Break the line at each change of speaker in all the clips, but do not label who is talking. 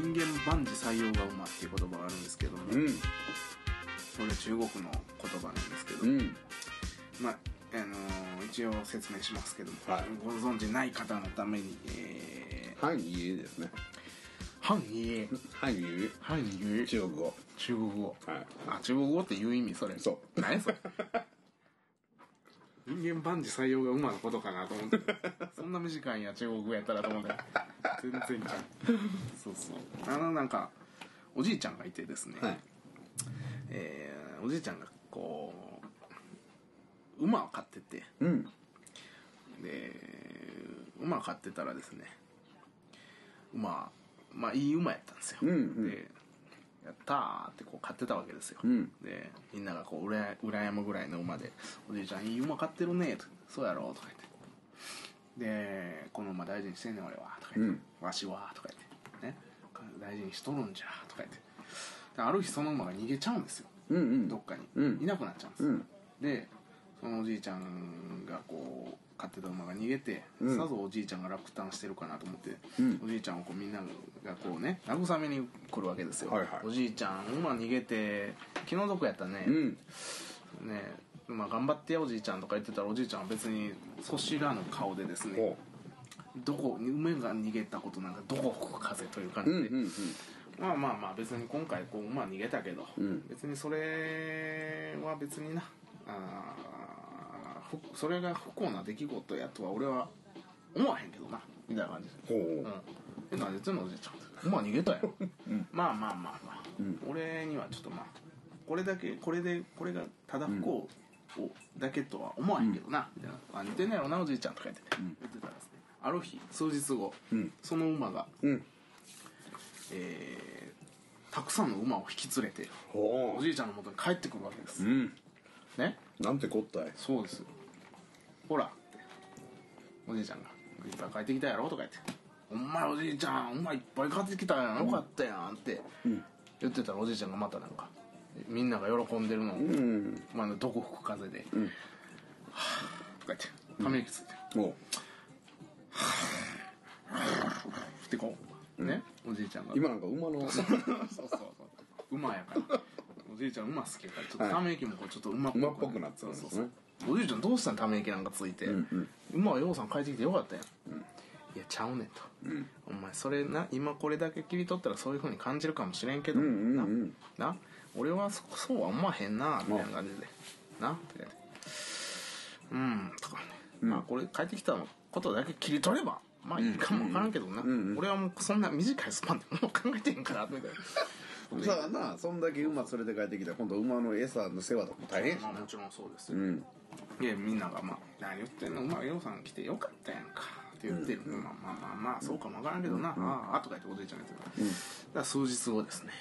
人間万事採用が馬っていう言葉があるんですけども、
うん
これ中国の言葉なんですけど、
うん
まああのー一応説明しますけども、
はい
ご存知ない方のために、えー、
反家ですね
反家
反家
反家
中国語
中国語
はい
あ中国語っていう意味それ
そう
何やそれ 人間万事採用が馬のことかなと思って そんな短いんや中国語やったらと思って 全然ちゃうそうそうあのなんかおじいちゃんがいてですね、
はい
えーおじいちゃんがこう馬を飼ってて
うん
で馬を飼ってたらですね馬まあいい馬やったんですよ、
うんうん
で「やったー」ってこう飼ってたわけですよ、
うん
でみんながこううらや羨むぐらいの馬で「おじいちゃんいい馬飼ってるね」と「そうやろ」とか言って「でこの馬大事にしてんねん俺は」とか言って「わしは」とか言って、ね「大事にしとるんじゃ」とか言ってである日その馬が逃げちゃうんですよ
うんうん
どっかに、
うん
いなくなっちゃうんです、
うん
でそのおじいちゃんがこう飼ってた馬が逃げて、
うん
さぞおじいちゃんが落胆してるかなと思って、
うん
おじいちゃんをこうみんながこうね慰めに来るわけですよ、
はいはい
おじいちゃん馬逃げて気の毒やったね、
うん
ねまあ、頑張ってやおじいちゃんとか言ってたらおじいちゃんは別にそしらぬ顔でですね
ほ
どこ梅が逃げたことなんかどこ吹く風という感
う
じ
う
で、
んうん
まあまあまあ別に今回こうまあ逃げたけど、
うん
別にそれは別になあーふそれが不幸な出来事やとは俺は思わへんけどなみたいな感じで
ほ
う
うん
え何言ってんのおじいちゃんまあ逃げたや ん、まあまあまあまあ、
ん
俺にはちょっとまあこれだけこれでこれがただ不幸を、だけとは思わへんけどな、みたいな「あ似てんねやろなおじいちゃん」とか言って,、言ってたらですねある日数日後、
うん
その馬が
うん
えーたくさんの馬を引き連れて
ほ
おじいちゃんの元に帰ってくるわけです、
うん
ね
なんてこったい
そうですほらっておじいちゃんが「いつは帰ってきたやろ?」とか言って「お前おじいちゃんお前いっぱい買ってきたやんよかったやん」って言ってたらおじいちゃんがまたなんかみんなが喜んでるのを
うん
お前のどこ吹く風で「はぁ」とか言ってため息ついて
ほ
振ってこうねおじいちゃんが
う今なんか馬の
そうそうそう馬やからおじいちゃん馬好きやからちょっとため息もこうちょっと馬っ
馬っぽくなってたんですね
そうそうそうおじいちゃんどうしたんため息なんかついて、馬はようさん帰ってきてよかったやん、いやちゃうねんと、お前それな今これだけ切り取ったらそういうふうに感じるかもしれんけど、
んうんうん
なな俺はそそうは思わへんなみたいな感じで「な」って言って「うん」とかね、まあこれ帰ってきたことだけ切り取ればまあいいかもわからんけどな、俺はもうそんな短いスパンでもう考えてへんからみたいな。
さあなそんだけ馬連れて帰ってきたら今度馬の餌の世話とかも大変やし
まあもちろんそうです
う
よ、
ん
でみんなが「まあ、何言ってんのまあようさん来てよかったやんか」って言ってる、まあまあまあまあそうかもわからんけどな、ああとか言っておじいちゃんが言ってた、だから数日後ですね、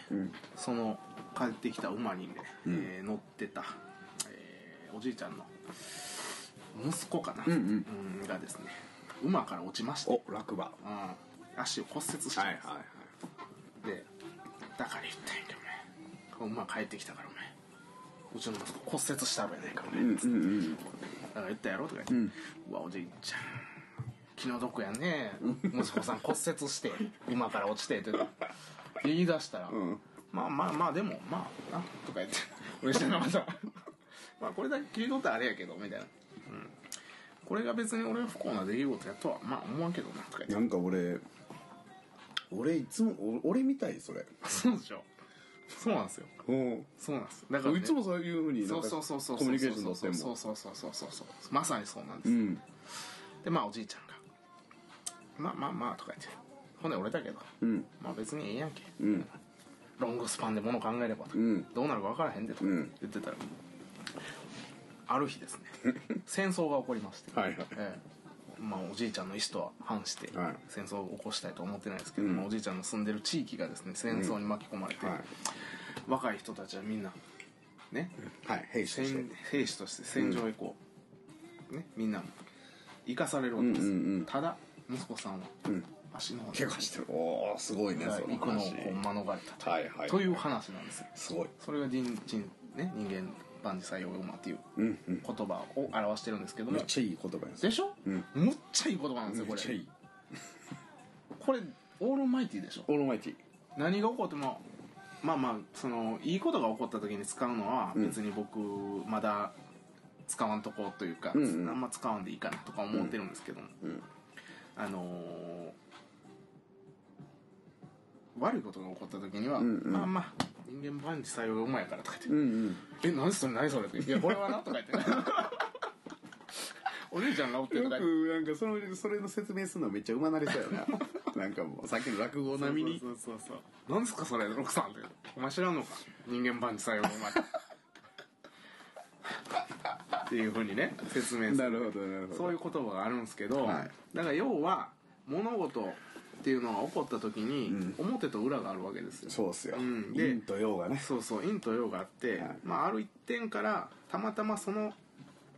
その帰ってきた馬にね、えー乗ってた、えーおじいちゃんの息子かな、
ん
うんがですね馬から落ちまして、
お落馬は
うん足を骨折して、
いは
でだから言ったんやけどねお前帰ってきたからお前うちの息子骨折したわやないかお前、
いうんうん
だから言ったやろとか言って、うわおじいちゃん気の毒やね息子さん骨折して今から落ちてって言い出したら、まあまあまあでもまあなとか言って嬉しいなまた まあこれだけ切り取ったらあれやけどみたいな、うん、これが別に俺は不幸な出来事やとはまあ思わんけどなとか言って
なんか俺俺いつもお俺みたいそれ
そうでしょそうなんですよ
うん
そうなんですだから、ね、
いつもそういうふうにな
そ
ん
う
か
そうそうそう
コミュニケーション取って
そ
も
うそうそうそうそうそうそうまさにそうなんです、
うん
でまあおじいちゃんが「まあまあまあ」とか言って「骨折れたけど、
うん
まあ別にええやんけ
うん
ロングスパンで物考えればとか、
ん
どうなるか分からへんで」とか
うん
言ってたら、ある日です ね戦争が起こりまして、
はいはい
ええまあ、おじいちゃんの意思とは反して
はい
戦争を起こしたいとは思ってないですけど、まあ、おじいちゃんの住んでる地域がですね戦争に巻き込まれて、
はい
若い人たちはみんなね
はい兵士として
戦兵士として戦場へこう、ね、みんな生かされるわけです、
うんうんうん
ただ息子さんは
うん
足の方
怪我してるおおすごいねその
行くのを
話
こう免れたと,、
はいはい
という話なんですよ
すごい
それが人人,、ね、人間万事採用馬っていう言
んう
葉を表してるんですけども、
めっちゃいい言葉や
でしょ、
うん
むっちゃいい言葉なんです
め
よ
っ
こ
ちゃい
れ
い
これオールマイティでしょ
オールマイティ
何が起こってもまあまあそのいいことが起こった時に使うのは別に僕まだ使わんとこというか、
うんうん
あんま使わんでいいかなとか思ってるんですけども、
うん
あのー悪いことが起こった時には、
んうん
まあまあ人間万事作用がうまいからとか言って「
うんうん
え何それ何それ」って「いやこれはな」とか言って 「お姉ちゃん治ってる」
よ
とか
く
言って
なんかそのそれの説明するのめっちゃ馬なりそうやな なんかもうさっきの落語並みに
そうそうそうそうなんすかそれ六さんってお前知らんのか人間万事作用がうまいっていうふうにね説明する
なるほどなるほど
そういう言葉があるんですけど、
はい
だから要は物事っていうのが起こった時に、表と裏があるわけですよ
そうっすよ、
うんで
陰と陽がね
そうそう陰と陽があって、
はい
まあ、ある一点からたまたまその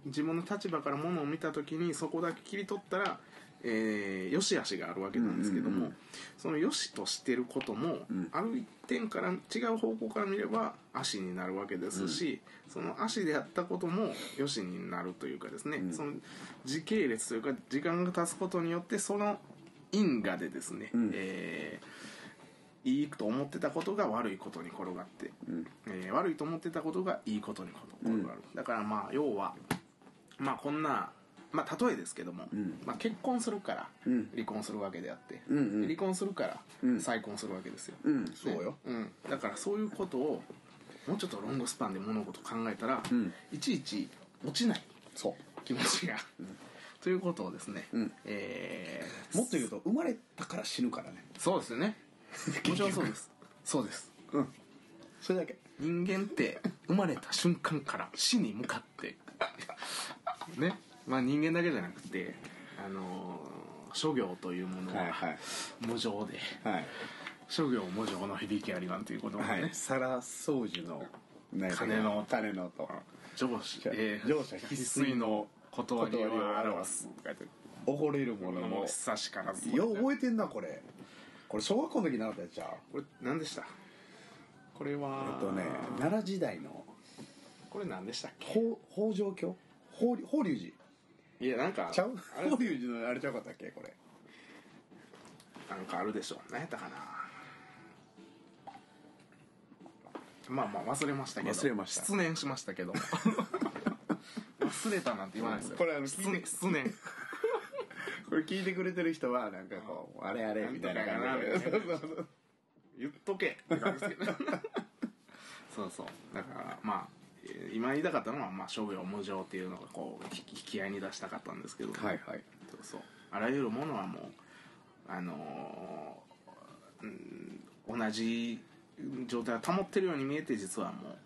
自分の立場からものを見た時にそこだけ切り取ったら、えー、よし悪しがあるわけなんですけども、
うんうんう
そのよしとしてることも、ある一点から違う方向から見れば足になるわけですし、その足でやったこともよしになるというかですね、その時系列というか時間が経つことによってその因果でですね、
ん
えーいいと思ってたことが悪いことに転がって、
ん
えー悪いと思ってたことがいいことに転がる、だからまあ要はまあこんな、まあ、例えですけども、
ん
まあ、結婚するから
うん
離婚するわけであって、
うんうん
離婚するから
うん
再婚するわけですよ、
うんそうよ、
うん、だからそういうことをもうちょっとロングスパンで物事を考えたら、
ん
いちいち落ちない
そ
気持ちが、ということをですね、
ん
え
うもっと言うと生まれたから死ぬからね
ーそうですよ ねもちろんそうですそうです
うんそれだけ
人間って生まれた瞬間から死に向かってねまあ人間だけじゃなくてあのー諸行というもの
はい
は
はい
無常で、
はい
諸行無常の響きありなんていうことも
は
ね、
い皿掃除の
鐘の
種のと
上司、えー、
上司は必須の
断りを表す
溺れるもの
も
も
う久しからず
よう
こ
覚えてんなこれこれ小学校の時なかったやつちゃう
れ何でしたこれは
えっとね奈良時代の
これ何でしたっけ
北北条教法法隆寺
いやなんか
ちゃう
あれ
法隆寺のあれちゃうかったっけこれ
なんかあるでしょ何やったかなまあまあ忘れましたけど
忘れました
失念しましたけ ど忘れたなんて言わないですよ
これあの
失念失念
これ聞いてくれてる人はなんかこうあれあれみたいな
なん
感
とかな
じで
みたいな言っとけって感じですけど そうそうだからまあえー今言いたかったのはまあ諸行無常っていうのがこう引き引き合いに出したかったんですけど、
はいはい
そうそうあらゆるものはもうあのーうん、同じ状態を保ってるように見えて実はもう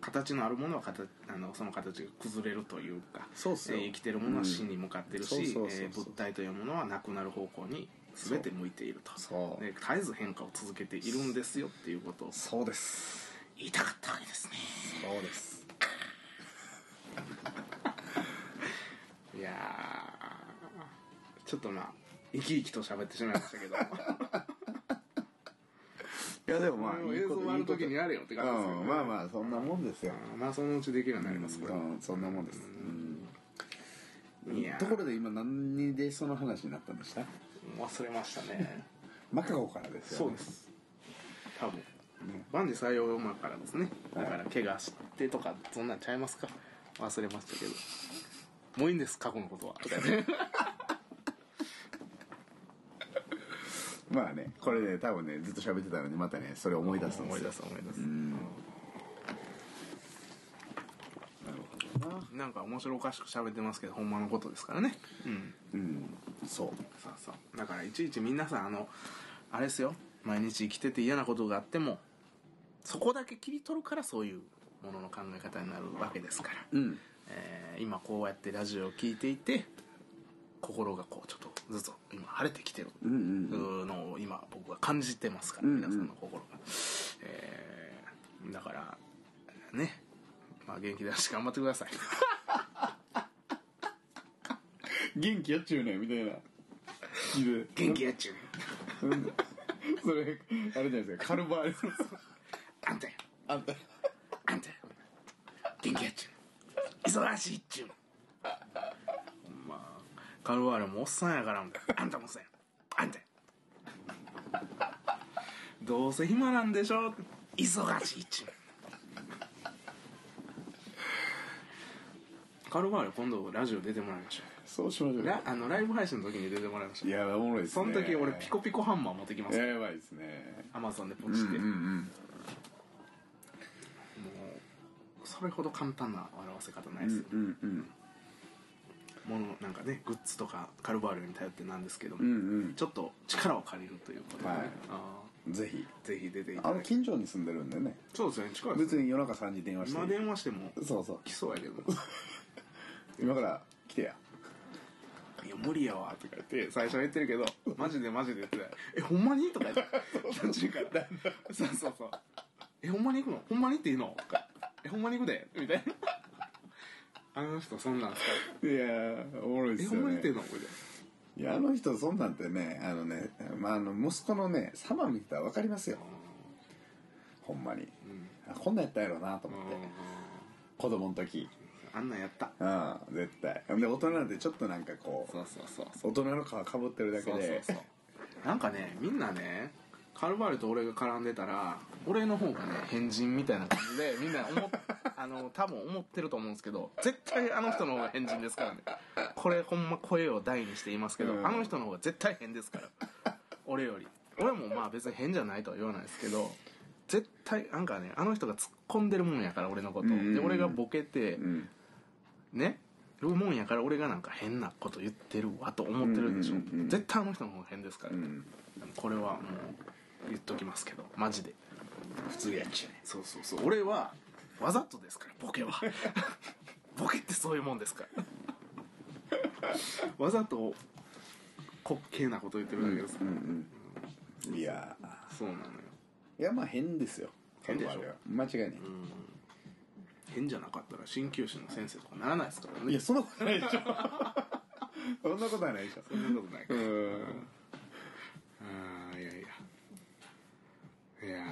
形のあるものは形あのその形が崩れるというか
そうっすよ
えー生きてるものは死に向かってるし
うん
え
そうそうそうそう
ー物体というものはなくなる方向に全て向いていると
そう
で絶えず変化を続けているんですよっていうことを
そうです
言いたかったわけですね
そうです
いやーちょっとまあ生き生きと喋ってしまいましたけど
いやでも
ま
ま
あ
あ、
映像ある時にやれよって
う
感じですけどね
んまあまあそんなもんですよ
まあそのうちできるようになりますこれ
うんそんなもんですうん
いやー
ところで今何でその話になったんでした
忘れました ね
マカオからですよね
す多分万事採用馬からですねだから怪我してとかそんなんちゃいますか忘れましたけどもういいんです過去のことはとかね
まあねこれね多分ねずっと喋ってたのでまたねそれ 思い出すんですよ
す思い出すなんか面白おかしく喋ってますけどほんまのことですからねうん
うんそう
そうそうだからいちいち皆さんあのあれですよ毎日生きてて嫌なことがあってもそこだけ切り取るからそういうものの考え方になるわけですから、
うん
えー今こうやってラジオを聞いていて心がこうちょっとずつ今晴れてきてる
うんうん
のを今僕は感じてますから、
うんうん
皆さんの心が、えーだからねまあ元気出して頑張ってください
元気やっちゅうねみたい な
元気やっちゅうね
それあれじゃないですかカルバール
あんたや
あんた
あんた元気やっちゅう忙しいっちゅうまあカルワールもおっさんやからあんたもおっさんやあんたやどうせ暇なんでしょ忙しいっちゅうカルバーレ今度ラジオ出てもらいましょ
そうしましょ
う
う
ラあのライブ配信の時に出てもらいましょう
いやおもろいですね
その時俺ピコピコハンマー持ってきます
やばいですね
アマゾンでポチって、もうそれほど簡単な表せ方ないですよ、
うんうん
ものなんかねグッズとかカルバールに頼ってなんですけども、
うん
ちょっと力を借りるということで、ね
はい
あ
うんぜひ
ーぜひ出ていた
あ
だ
の
いて
近所に住んでるんでね
そうですね近いです
別に夜中3時に電話して
今電話しても
そうそう
来そうやけど
今から来てや
「いや無理やわ」とか言って最初は言ってるけど「マジでマジで」って「えほんまに?」とか言って 途中からそうそうそう「えほんまに行くのほんまにって言うの?」とか「えほんまに行くで」みたいな「あの人そんなんすか?」
いやーおもろいっ
え
す
ほん
よ
まに言
ね
ってんの?」みたいない
やあの人そんなんてねあのね、まあ、あの息子のねサマ見てたら分かりますよほんまに
うん
あこんなんやったんやろうなと思って
うん
子供の時
あんなんやった
うん絶対で大人なんてちょっとなんかこ
そうそうそう
う大人の皮かぶってるだけ
そうそう
で
そうなんかねみんなねカルバールと俺が絡んでたら俺の方がね変人みたいな感じでみんな 思っあの多分思ってると思うんですけど絶対あの人の方が変人ですからねこれほんま声を大にして言いますけど、
うん
あの人の方が絶対変ですから俺より俺もまあ別に変じゃないとは言わないですけど絶対なんかねあの人が突っ込んでるもんやから俺のこと、
うん
で俺がボケて、
うん
ねるもんやから俺がなんか変なこと言ってるわと思ってるでしょ、
うんうんうん
絶対あの人の方が変ですから、
うん
これはもう言っときますけどマジで
普通やっちゃ
そうそうそう俺はわざとですからボ ケはボケってそういうもんですからわざと滑稽なこと言ってるだけですか
う
ら、
んうんいや
そうなのよ
ーいやまあ変ですよ
変でしょ
あれは間違いない、
変じゃなかったら鍼灸師の先生とかならないですからね
いやそんなことないでしょそんなことはないでしょ
そんなことないか
う
ら
ん
あーいやいやいや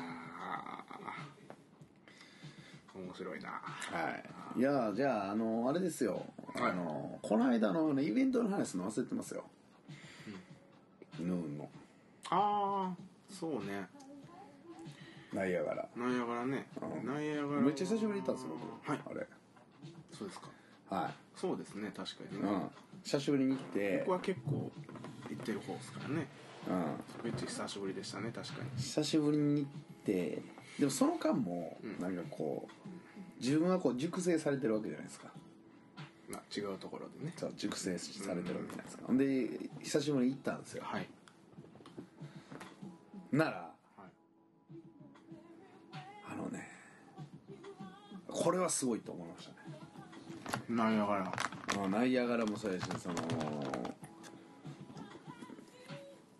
ー面白いな
はい、いやじゃああのあれですよ、
はい
あのこの間の、ね、イベントの話するの忘れてますようんの
あーそうね
ナイアガラ
ナイアガラね
うん
ナイアガラ
めっちゃ久しぶりに行ったんですよ僕、
はい
あれ
そうですか
は
そうですね確か
い、
に
う
ね
ん、久しぶりに来て
僕、は結構行ってる方ですからね
うん、
めっちゃ久しぶりでしたね確かに
久しぶりに行ってでもその間も、
うん
なんかこう自分はこう熟成されてるわけじゃないですか
な違うところでね
そう熟成されてるわけじゃないですか、で久しぶりに行ったんですよ
はい
なら
はい
あのねこれはすごいと思いましたね
ナイアガラ
あナイアガラもそうやしその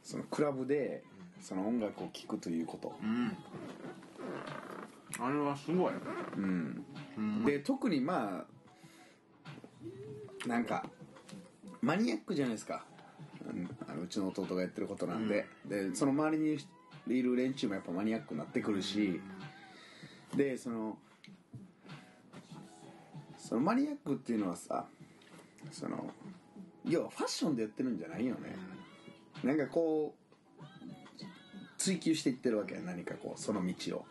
そのクラブでその音楽を聴くということ、
うんあれはすごい
うんで特にまあなんかマニアックじゃないですかうんあのうちの弟がやってることなんで、でその周りにいる連中もやっぱマニアックになってくるし、でそのそのマニアックっていうのはさその要はファッションでやってるんじゃないよね、なんかこう追求していってるわけや何かこうその道を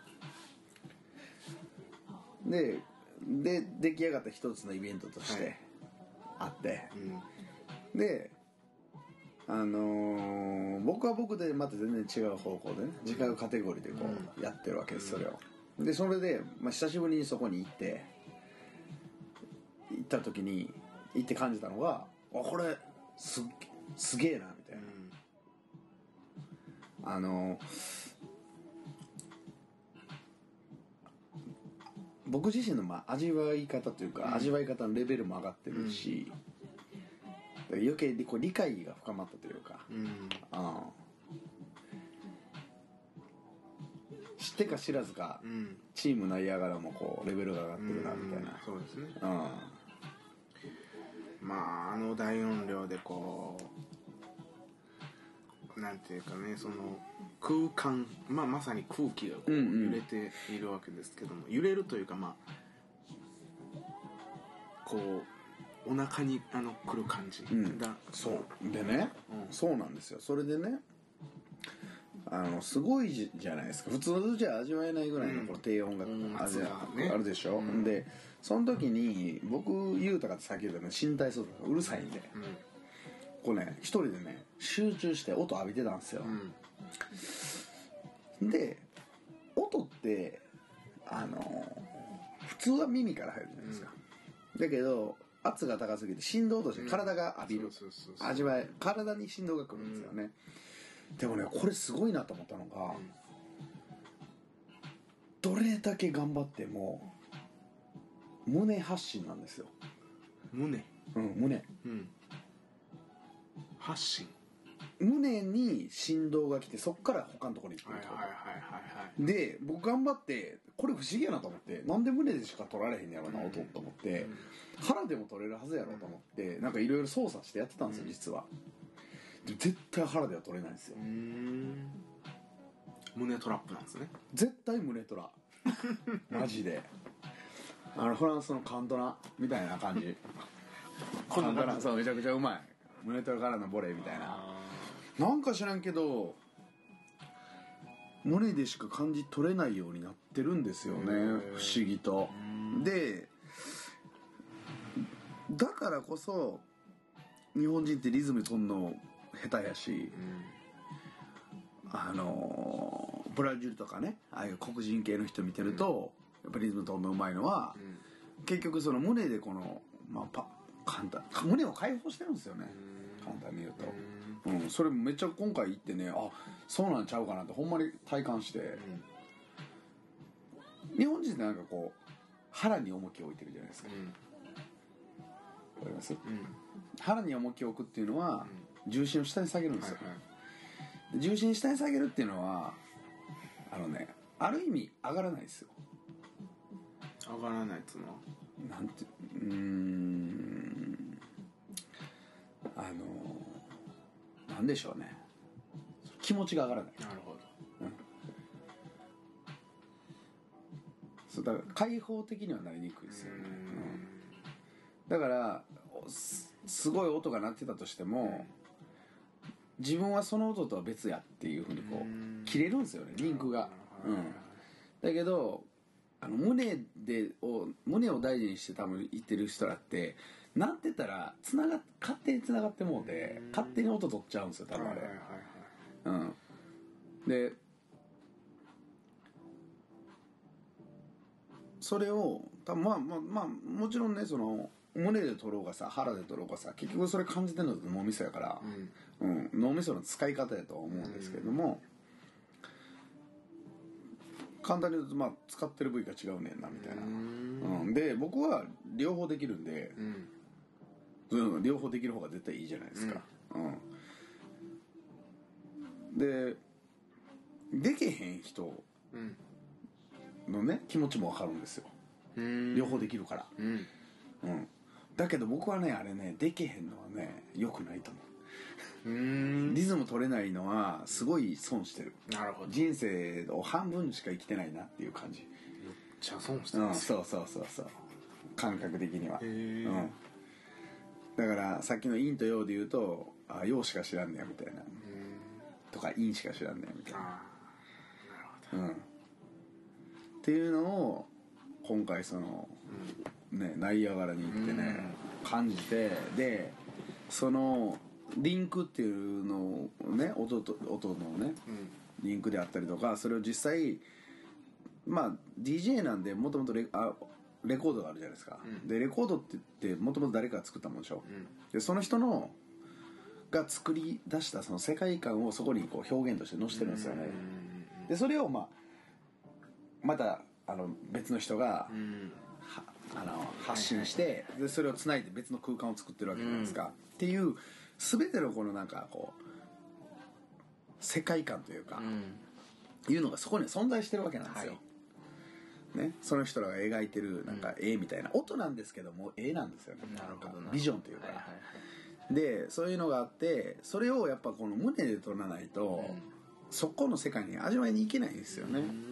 でで出来上がった一つのイベントとしてあって、
うん
であのー僕は僕でまた全然違う方向でね違うカテゴリーでこうやってるわけですそれをでそれで、まあ、久しぶりにそこに行って行った時に行って感じたのがあこれすっすげえなみたいなあの僕自身のまあ味わい方というか、味わい方のレベルも上がってるし、だから余計にこう理解が深まったというか、
うんうん
うん知ってか知らずか、
うん
チームナイアガラもこうレベルが上がってるなみたいな、
そうですね
うん
まああの大音量でこうなんていうかねその空間、まあ、まさに空気がこう
うんう
揺
ん
れているわけですけども、揺れるというかまあこうお腹にあの来る感じが、
んそうでね、
うん
そうなんですよそれでねあのすごいじゃないですか普通じゃ味わえないぐらいのこの低音楽
うん
がある,、
うんね
あるでしょ、でその時に僕ゆうたかってさっき言ったように身体操作がうるさいんで、こうね一人でね集中して音浴びてたんですよ、で音ってあの普通は耳から入るじゃないですか、だけど圧が高すぎて振動として体が浴びる、
そうそうそう
味わい体に振動が来るんですよね、でもねこれすごいなと思ったのが、どれだけ頑張っても胸発信なんですよ、
胸
うん、胸
うん発信
胸に振動が来てそっから他のところに行く
はいはいはいはいはい
で僕頑張ってこれ不思議やなと思ってなんで胸でしか取られへんやろな音と思って腹でも取れるはずやろと思ってなんかいろいろ操作してやってたんですよ実はで絶対腹では取れないんですよ
うーん胸トラップなんですね
絶対胸トラ マジであのフランスのカントナみたいな感じ
こんな
カント
感
ナ
じ
そうめちゃくちゃうまい胸トラからのボレーみたいな
あ
なんか知らんけど胸でしか感じ取れないようになってるんですよね
へ
不
ー
思議とでだからこそ日本人ってリズム取んの下手やし
ーうん
あのーブラジルとかねああいう黒人系の人見てると、やっぱりリズム飛んのうまいのは、結局その胸でこの、まあ、パ簡単胸を解放してるんですよね簡単に言うと。うん、それめっちゃ今回行ってねあそうなんちゃうかなってほんまに体感して、日本人ってなんかこう腹に重きを置いてるじゃないですか
うん
わかります
うん
腹に重きを置くっていうのは、重心を下に下げるんですよ、
はいはい
重心下に下げるっていうのはあのねある意味上がらないですよ
上がらないっつうのは
なんてうーんあのなんでしょうね気持ちが上がらない
なるほど
そうだから開放的にはなりにくいです
う
よね、
ん
だからおすすごい音が鳴ってたとしても自分はその音とは別やっていうふうにこ
うん
う切れるんですよねリンクが、うん、だけどあの胸でを胸を大事にして多分言ってる人らってなってたらつなが勝手につながってもうて
うん
勝手に音取っちゃうんですよ多分
は
あ
い
れ
はいはいはい
うんでそれをたまあまあまあもちろんねその胸で取ろうがさ腹で取ろうがさ結局それ感じてるのって脳みそやから、
うん
うん、脳みその使い方やとは思うんですけれども、簡単に言うとまあ使ってる部位が違うねんなみたいな、
うん
うん、で僕は両方できるんで、
うん
うん、両方できる方が絶対いいじゃないですか、うんでできへん人
うん
のね気持ちも分かるんですよ
うん
両方できるから、
うん
うん、だけど僕はねあれねできへんのはね良くないと思
うん
うリズム取れないのはすごい損してる
なるほどめっ
人生を半分しか生きてないなっていう感じ、
ちゃ損して
う
ま
ん、
す
そうそうそうそう感覚的には、
へ
う
え
ん、だからさっきの陰と陽で言うと「あ陽しか知らんねや」みたいなとか「陰しか知らんねや」みたいな、
ああなるほ
うん、っていうのを今回そのねナイアガラに行ってね感じてでそのリンクっていうのをね音と音のね
どうん
リンクであったりとかそれを実際まあ DJ なんでもともとレあレコードがあるじゃないですか、
うん
でレコードって言ってもともと誰かが作ったもんでしょ、
うん
でその人のが作り出したその世界観をそこにこう表現として載せてるんですよね、でそれをまあまたあの別の人が
うんうん
はあの発信して、でそれをつないで別の空間を作ってるわけじゃないですか、っていう全てのこのなんかこう世界観という
う
か、
ん
いうのがそこに存在してるわけなんですよ、
は
ね、その人らが描いてるなんか絵みたいな、音なんですけども絵なんですよね
なるほど
ん
な
かビジョンというか、
はいはいはい
でそういうのがあってそれをやっぱこの胸で撮らないと、
うん
そこの世界に味わいに行けないんですよね、
うん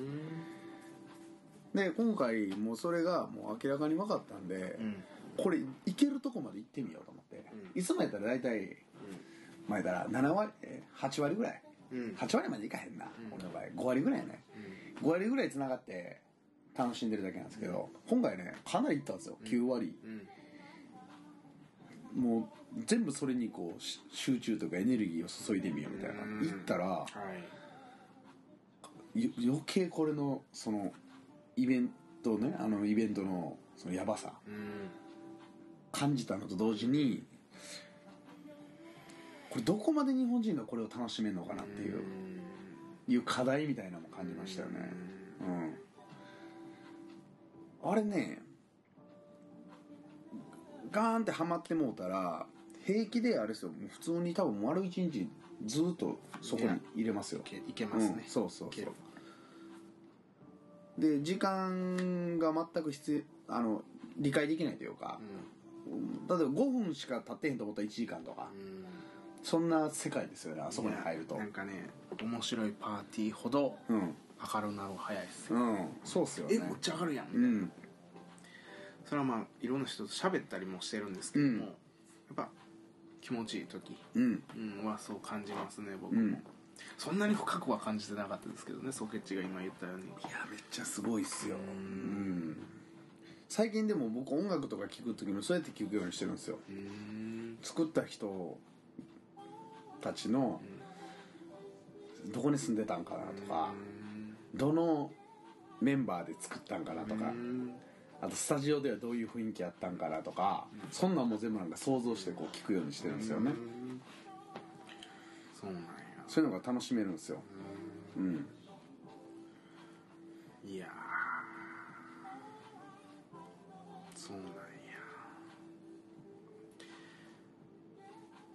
で今回もうそれがもう明らかに分かったんで、
うん
これ行けるとこまで行ってみようと思って、
うん
いつもやったら大体前から7割えー8割ぐらい
うん
8割までいかへんな、俺の場合5割ぐらいやね、5割ぐらい繋がって楽しんでるだけなんですけど、今回ねかなりいったんですよ9割、
うん
もう全部それにこうし集中とかエネルギーを注いでみようみたいな、
うん
いったら
はい
よ余計これのそのイベントねあのイベントのそのやばさ
うん
感じたのと同時にこれどこまで日本人がこれを楽しめるのかなっていう,、いう課題みたいなのも感じましたよねうん、あれねガーンってハマってもうたら平気であれですよもう普通に多分丸一日ずっとそこに入れますよ
いけいけますね
うん、そうそう
いけ
そ
る
うで時間が全く必要あの理解できないというか、例えば5分しか経ってへんと思ったら1時間とか、
うん
そんな世界ですよねあそこに入ると
なんかね面白いパーティーほど
うん
明るなる早いっすよ
うんそうっすよ
え
ね
めっちゃ上がるやんみた
う
いなんそれはまあいろんな人と喋ったりもしてるんですけども、
うん
やっぱ気持ちいい時、
うん
うん、はそう感じますね僕
う
も、
ん
そんなに深くは感じてなかったですけどねソケッチが今言ったように
いやめっちゃすごいっすようん最近でも僕音楽とか聴く時もそうやって聴くようにしてるんですよ
うーん
作った人たちのどこに住んでたんかなとかどのメンバーで作ったんかなとか
うん
あとスタジオではどういう雰囲気あったんかなとかそんなんも全部なんか想像してこう聞くようにしてるんですよね
そうなんや
そういうのが楽しめるんですようん
いやーそうなんや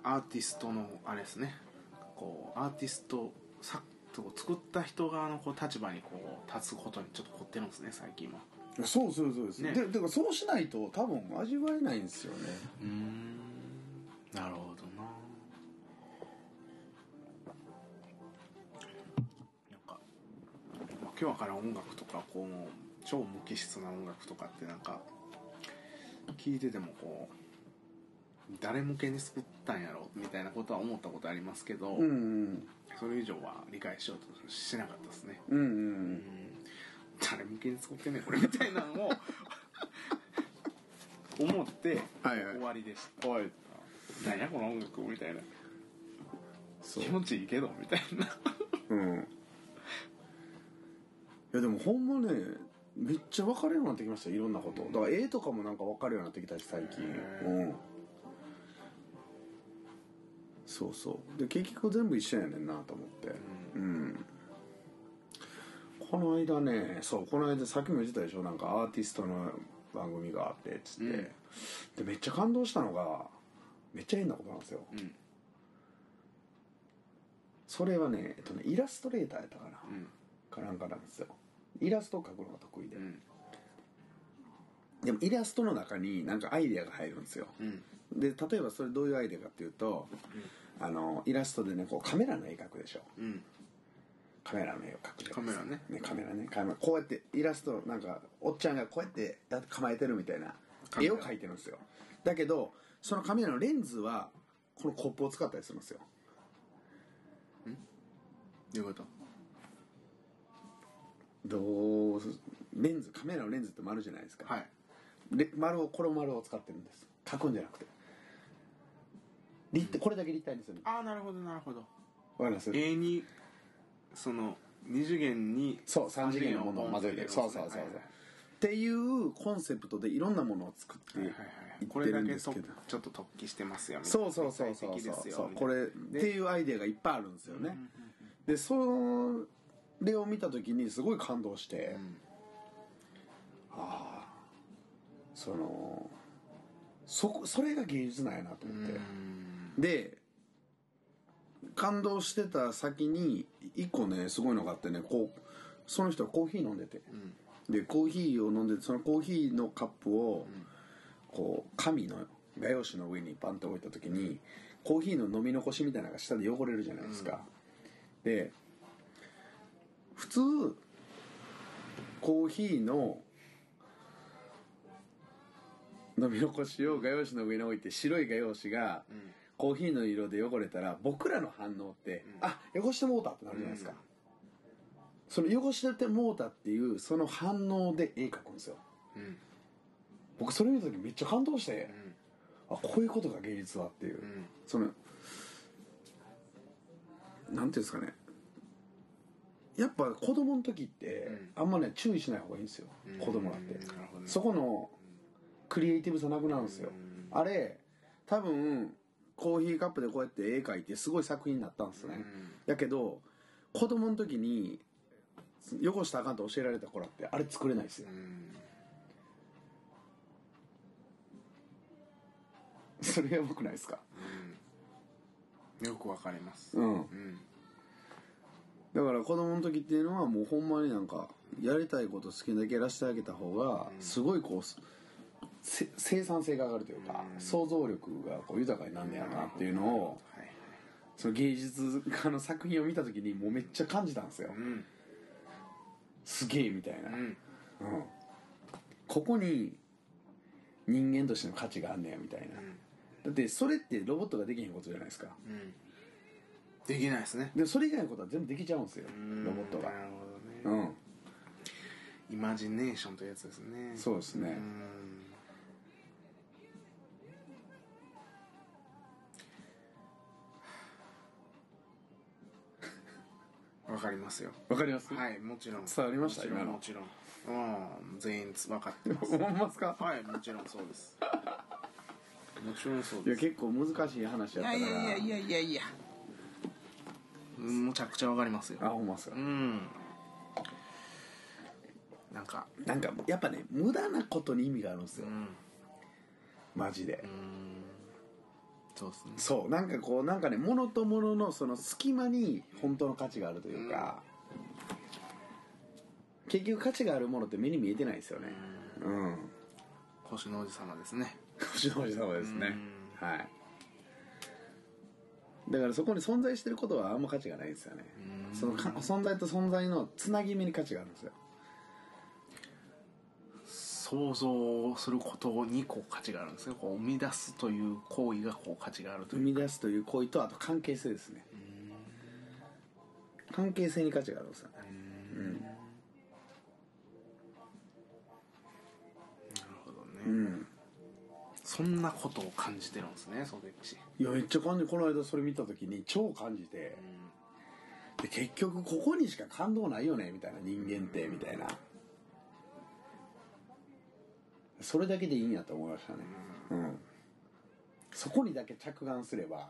アーティストのあれですねこうアーティストさこう作った人側のこう立場にこう立つことにちょっと凝ってるんですね最近は
そうそうそうです
ね
ででもそうしないと多分味わえないんですよね
うーんなるほどななんか、まあ今日から音楽とかこう超無機質な音楽とかってなんか聞いててもこう誰向けに作ったんやろみたいなことは思ったことありますけど、
うんうん
それ以上は理解しようとしなかったですね
うんう
うんん誰向けに作ってんねんこれみたいなのを思って
はいはい
終わりでした
はい
なんやこの音楽みたいな
そう
気持ちいいけどみたいな
うんいやでもほんまねめっちゃ分かるようになってきましたいろんなことだから絵とかもなんか分かるようになってきたし最近
へー
うんそうそうで結局全部一緒やねんなと思ってうんこの間ねそうこの間さっきも言ってたでしょなんかアーティストの番組があってっつって、
うん
でめっちゃ感動したのがめっちゃ変なことなんですよ
うん
それはね,、えっと、ねイラストレーターやったかな、
うん
かなんかなんですよイラストを描くのが得意で、
うん
でもイラストの中になんかアイデアが入るんですよ
うん
で例えばそれどういうアイデアかっていうと、あのイラストでねこうカメラの絵描くでしょ
うん
カメラの絵を描くじゃ
カ
ないで
メ
す
ラ
か
ね
ねカメラねカメラこうやってイラストなんかおっちゃんがこうやってや構えてるみたいな
カメ
絵
ラ
を描いてるんですよだけどそのカメラのレンズはこのコップを使ったりするんですよ
どういうこと
どうレンズカメラのレンズって丸じゃないですか、
はい
で丸をこの丸を使ってるんです書くんじゃなくて立体これだけ立体にする
ああなるほどなるほど
わかります
永にその二次元に
そう3次元のものを混ぜてそうそうそうそう、っていうコンセプトでいろんなものを作って
はいい
っ
はいはい
て
これ
る
だ
ん
け
で
と
すけど
ちょっと突起してますよみたいな
そうそうそうそ
具体
う
的です
そう
よ
そう
みたい
こ
な
れっていうアイデアがいっぱいあるんですよねでそれを見た時にすごい感動して、
ん
ああそのそこそれが芸術なんやなと思って、
うん
で感動してた先に一個ねすごいのがあってねこうその人はコーヒー飲んでて、でコーヒーを飲んでてそのコーヒーのカップを、こう紙の画用紙の上にパンと置いた時にコーヒーの飲み残しみたいなのが下で汚れるじゃないですか、で普通コーヒーの飲み残しを画用紙の上に置いて白い画用紙がコーヒーの色で汚れたら僕らの反応って、あ汚してもうたってなるじゃないですか、
うん
その汚してもうたっていうその反応で絵描くんですよ
うん
僕それ見た時めっちゃ感動して
う、ん
あこういうことが芸術だっていう、
うん
そのなんていうんですかねやっぱ子供の時って
うん
あんまね注意しない方がいいんですよ、
うん
子供だって、
なるほどね
そこのクリエイティブさなくなるんですよ、
うん
あれ多分コーヒーカップでこうやって絵描いてすごい作品になったんですね、
うん
やけど子供の時に汚したらあかんと教えられた子らってあれ作れないですよ
う、ん
それやばくないですか
うんよくわかります
う
う
ん
ん
だから子供の時っていうのはもうほんまになんかやりたいこと好きなだけやらせてあげた方がすごいこうせ生産性が上がるというか
うん
想像力がこう豊かになんねやろなっていうのを
はい
その芸術家の作品を見た時にもうめっちゃ感じたんですよ
うん
すげえみたいな、
う
うん
ん
ここに人間としての価値があんねやみたいなだってそれってロボットができへんことじゃないですか
うんできないですね
でもそれ以外のことは全部できちゃうんですよロボットが
なるほどね
うん
イマジネーションというやつですね
そうですね、
うんわかりますよ
わかり ます
はいもちろん
伝わりました
もちろ
今
ん
の
もちろんうん全員つ分か ってます
思いますか
はいもちろんそうですもちろんそう
いや
です
結構難しい話や
い
ったか
や
ら
いやいやいやいやいやむちゃくちゃわかりますよ
あほんまっすか
うんなんか
なんかやっぱね無駄なことに意味があるんですよ
うん
マジで
そうですね
そうなんかこうなんかね物と物のその隙間に本当の価値があるというか結局価値があるものって目に見えてないですよねうん
星の王子様ですね
星の王子様ですねはいだからそこに存在してることはあんま価値がないんですよねそのか存在と存在のつなぎ目に価値があるんですよ
想像することにこう価値があるんですねこう生み出すという行為がこう価値があると
生
いう
み出すという行為とあと関係性ですね関係性に価値があるんですよね
なるほどね、
うん
そんなことを感じてるんですねソデッチ
いやめっちゃ感じこの間それ見た時に超感じてで結局ここにしか感動ないよねみたいな人間ってみたいなそれだけでいいんやと思いましたねうんそこにだけ着眼すれば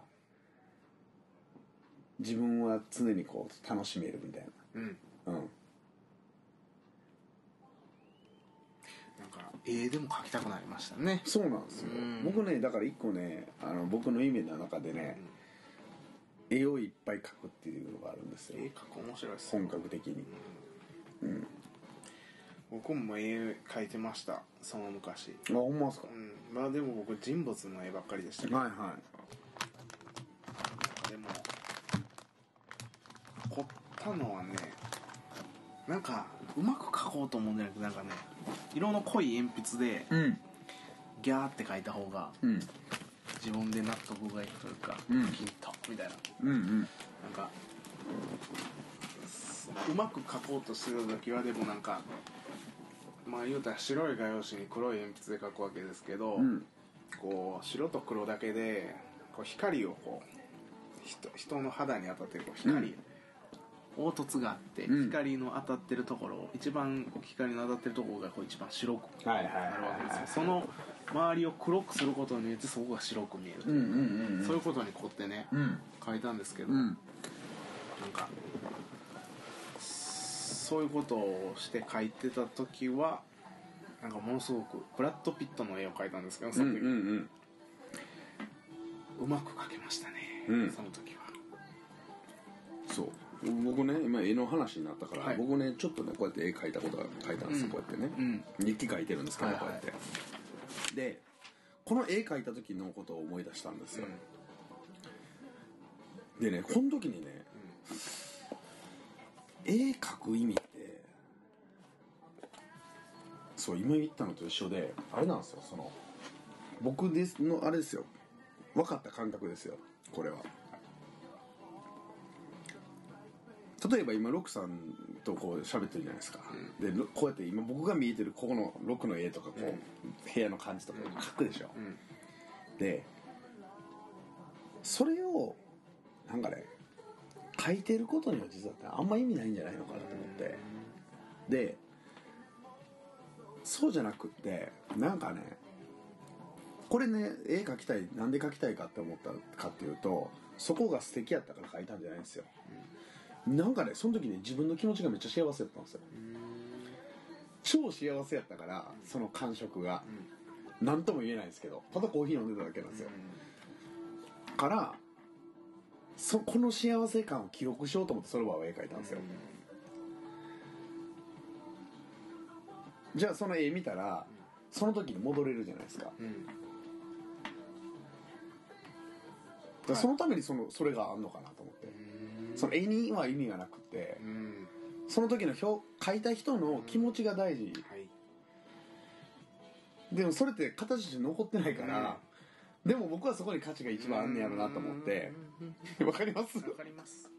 自分は常にこう楽しめるみたい
うん、うん、
なうん
なんか絵でも描きたくなりましたね
そうなんですよ、
うん
僕ねだから一個ねあの僕の夢の中でね、絵をいっぱい描くっていうのがあるんですよ
絵描く面白いですね
本格的に
僕も絵描いてましたその昔
あほんまですか
う、んまあでも僕人物の絵ばっかりでしたけど
はいはい
でも凝ったのはねなんかうまく描こうと思うんじゃなくてなんかね色の濃い鉛筆で
うん
ギャーって描いた方が
うん
自分で納得がいくというか、
うん
ヒントみたいな
うんうん
なんかすうまく描こうとしてた時はでもなんかまあ言うたら白い画用紙に黒い鉛筆で描くわけですけど、
うん
こう白と黒だけでこう光をこう人人の肌に当たってるこう光、凹凸があって、
うん
光の当たってるところを一番光の当たってるところがこう一番白く
はいはい
なるわけですよその周りを黒くすることによってそこが白く見えると
う
い
ん
う、
うんうん
そういうことに凝ってね、
うん
書いたんですけど、
うん
なんかそういうことをして書いてた時はなんかものすごくブラッド・ピットの絵を描いたんですけどその時、
うん
うまく描けましたね、
うん
その時は
そう僕ね今絵の話になったから、
はい
僕ねちょっとねこうやって絵描いたことが書いたんですよ、
うん
こうやってね、
うん
日記書いてるんですけど、
はいはい
こうやってでこの絵描いた時のことを思い出したんですよ、でねこの時にね、絵描く意味ってそう今言ったのと一緒であれなんですよその僕ですのあれですよ分かった感覚ですよこれは例えば今ロックさんとこう喋ってるじゃないですか、でロこうやって今僕が見えてるここのロックの絵とかこう、部屋の感じとか書くでしょ、
ん
でそれをなんかね書いてることには実はあんま意味ないんじゃないのかなと思ってでそうじゃなくってなんかねこれね絵描きたいなんで描きたいかって思ったかっていうとそこが素敵やったから描いたんじゃないんですよ、なんかねその時ね自分の気持ちがめっちゃ幸せだったんですよ超幸せやったからその感触が、なんとも言えないですけどただコーヒー飲んでただけなんですよ、からそこの幸せ感を記録しようと思ってそれは絵描いたんですよ、じゃあその絵見たらその時に戻れるじゃないですか,、
ん
そのためにそのそれがあんのかなと思って、その絵には意味がなくて、
うん
その時の表描いた人の気持ちが大事、
はい
でもそれって形として残ってないから、でも僕はそこに価値が一番あんねやろなと思って、わかり ます
わかります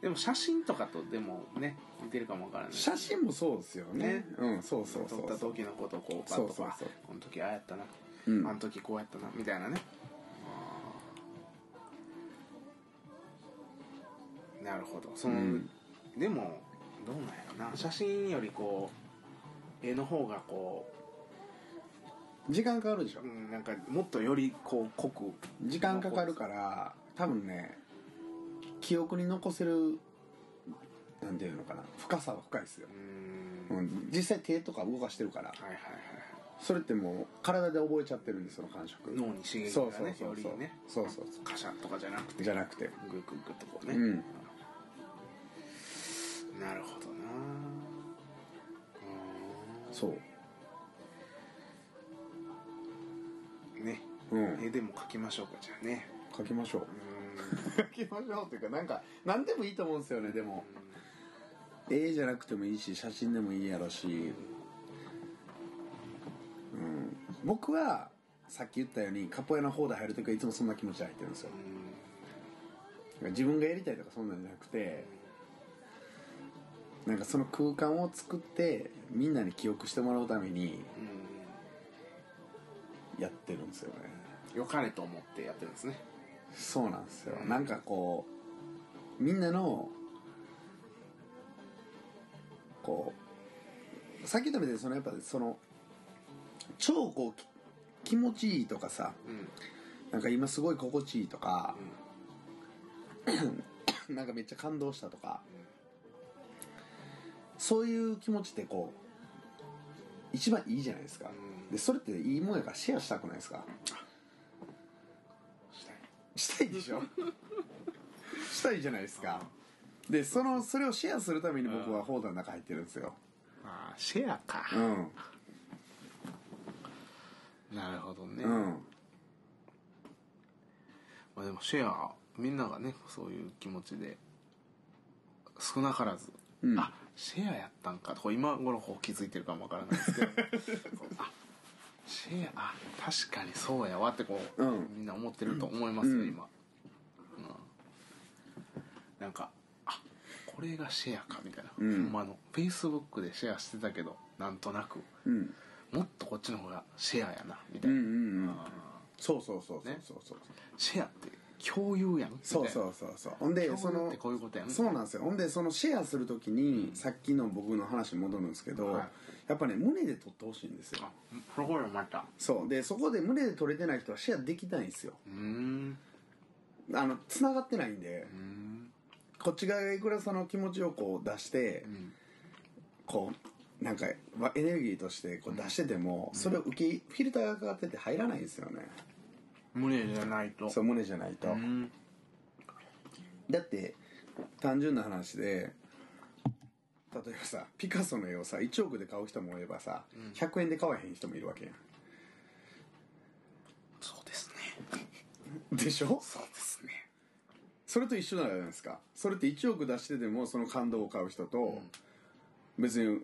でも写真とかとでもね似てるかもわからない
写真もそうですよね
ね
うんそうそうそ
撮った
うそう
時のことをこうパ
そ
ッ
う
と
そうそう
かこの時ああやったな、
うん
あの時こうやったなみたいなねあーなるほどその、
うん
でもどうなんやろな写真よりこう絵の方がこ
時間かかるでしょ
う、うん、なんかもっとよりこう濃く
時間かかるから多分ね記憶に残せるなんていうのかな深さは深いですよ
う、ん
う
はい
ん、実際手とか動かしてるから
はいはい
それってもう体で覚えちゃってるんですその感触
脳に刺激が
そう
ね
そうそうそ
よ
う
りね
そうそうそ
カシャッとかじゃなく
う
て
じゃなくて
グッグッグッとこうね、
うん
なるほどな
そう
うんね
うん
絵でも描きましょうかじゃあね
書きましょう
う
書きましょうっていうかなんか何でもいいと思うんですよねでも絵じゃなくてもいいし写真でもいいやろし、うん、僕はさっき言ったようにカポエの方で入る時はいつもそんな気持ちで入ってるんですよ
ーん
自分がやりたいとかそんなんじゃなくてなんかその空間を作ってみんなに記憶してもらうために
うん
やってるんですよね
良かれと思ってやってるんですね
そうなんですよなんかこうみんなのこうさっき言ったみたいにそのやっぱその超こうき気持ちいいとかさ
うん
なんか今すごい心地いいとか、 なんかめっちゃ感動したとか、そういう気持ちってこう一番いいじゃないですか、
うん
でそれっていいもんやからシェアしたくないですか
したい
したい でしょしたいじゃないですかでそのそれをシェアするために僕はホーダーの中入ってるんですよ
あーシェアか
うん
なるほどね、
うん
まあ、でもシェアみんながねそういう気持ちで少なからず、
うん
あシェアやったんかとこう今頃こう気づいてるかもわからないですけ どそうあシェアあ確かにそうやわってこう、
うん
みんな思ってると思いますよ、
うん
今、うん、なんかあこれがシェアかみたいな、
ん
ほんまあのフェイスブックでシェアしてたけどなんとなく
うん
もっとこっちの方がシェアやなみた
う
い
んう
な、
んうんそうそうそうそう
ね
そうそう
シェアって共有やんみたい
そ
な
うそうそうそうほんでそ
共有っ
の
てこういうことやん
そうなんですよほんでそのシェアするときに、さっきの僕の話に戻るんですけど、
はい
やっぱね胸で撮ってほしいんですよ
あプロフォーラムまた
そうでそこで胸で撮れてない人はシェアできないんですよ
うーん
あの繋がってないんで、
うーん
こっち側がいくらその気持ちをこう出して、
ん
こうなんかまエネルギーとしてこう出してても、それを受けフィルターがかかってて入らないんですよね、
胸じゃないと
そう胸じゃないと、
うーん
だって単純な話で例えばさピカソの絵をさ1億で買う人もいればさ、100円で買わへん人もいるわけや
そうですね
んでしょ
そうですね
それと一緒じゃないですかそれって1億出してでもその感動を買う人と、別に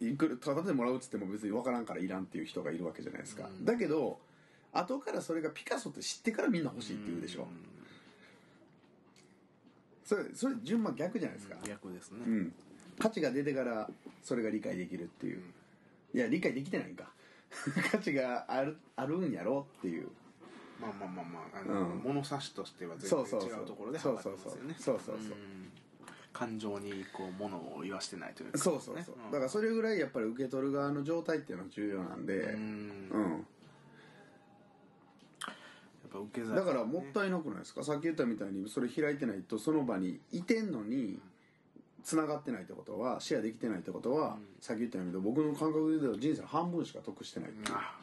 いくらただでもらうっつっても別に分からんからいらんっていう人がいるわけじゃないですか、だけど後からそれがピカソって知ってからみんな欲しいって言うでしょ、それそれ順番逆じゃないですか、
逆です
う
ね、
ん、価値が出てからそれが理解できるっていういや理解できてないんか 価値があるあるんやろっていう
まあまあまあまああの、
うん
物差しとしては全
そうそう
然
そう
違うところで
そ
測
う
って
そう
ま
そう
すよね
そうそうそう
うん感情にこう物を言わしてないというか
そうそうそうだからそれぐらいやっぱり受け取る側の状態っていうのは重要なんで
う
うん、
んやっぱ受け皿
だからもったいなくないですかさっき言ったみたいにそれ開いてないとその場にいてんのに繋がってないってことはシェアできてないってことは、さっき言ったように僕の感覚で言うと人生の半分しか得してないっていう
あ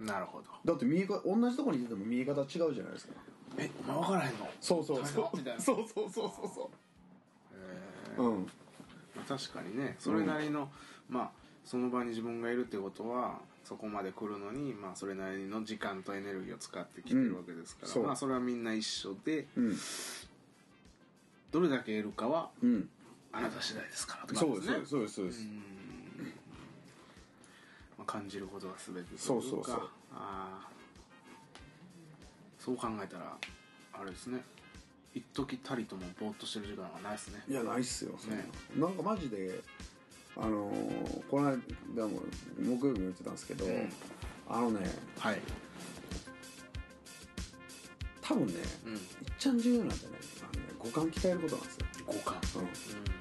なるほど
だって見え方同じとこにいてても見え方違うじゃないですか
えまあ分からへんの
そうそうそう
みたいな
そうそうそうそうそううん
確かにねそれなりの、まあその場に自分がいるってことはそこまで来るのに、まあ、それなりの時間とエネルギーを使ってきてるわけですから、
うんそう
まあそれはみんな一緒で
うん
どれだけ得るかは
うん
あなた次第ですからって
そ
感
う
じ
で
ですすね
そうですそうですそうです
まあ、感じることが全てというか
そうそうそう
あーそう考えたらあれですね一時たりともぼーっとしてる時間はないですね
いやないっすよ、そんな
ね
なんかマジであのーこの間も木曜日も言ってたんですけど、
ん
あのね
はい
多分ね、
うん
いっちゃん重要なんじゃないかなあのね五感鍛えることなんですよ、
五感
うん
うん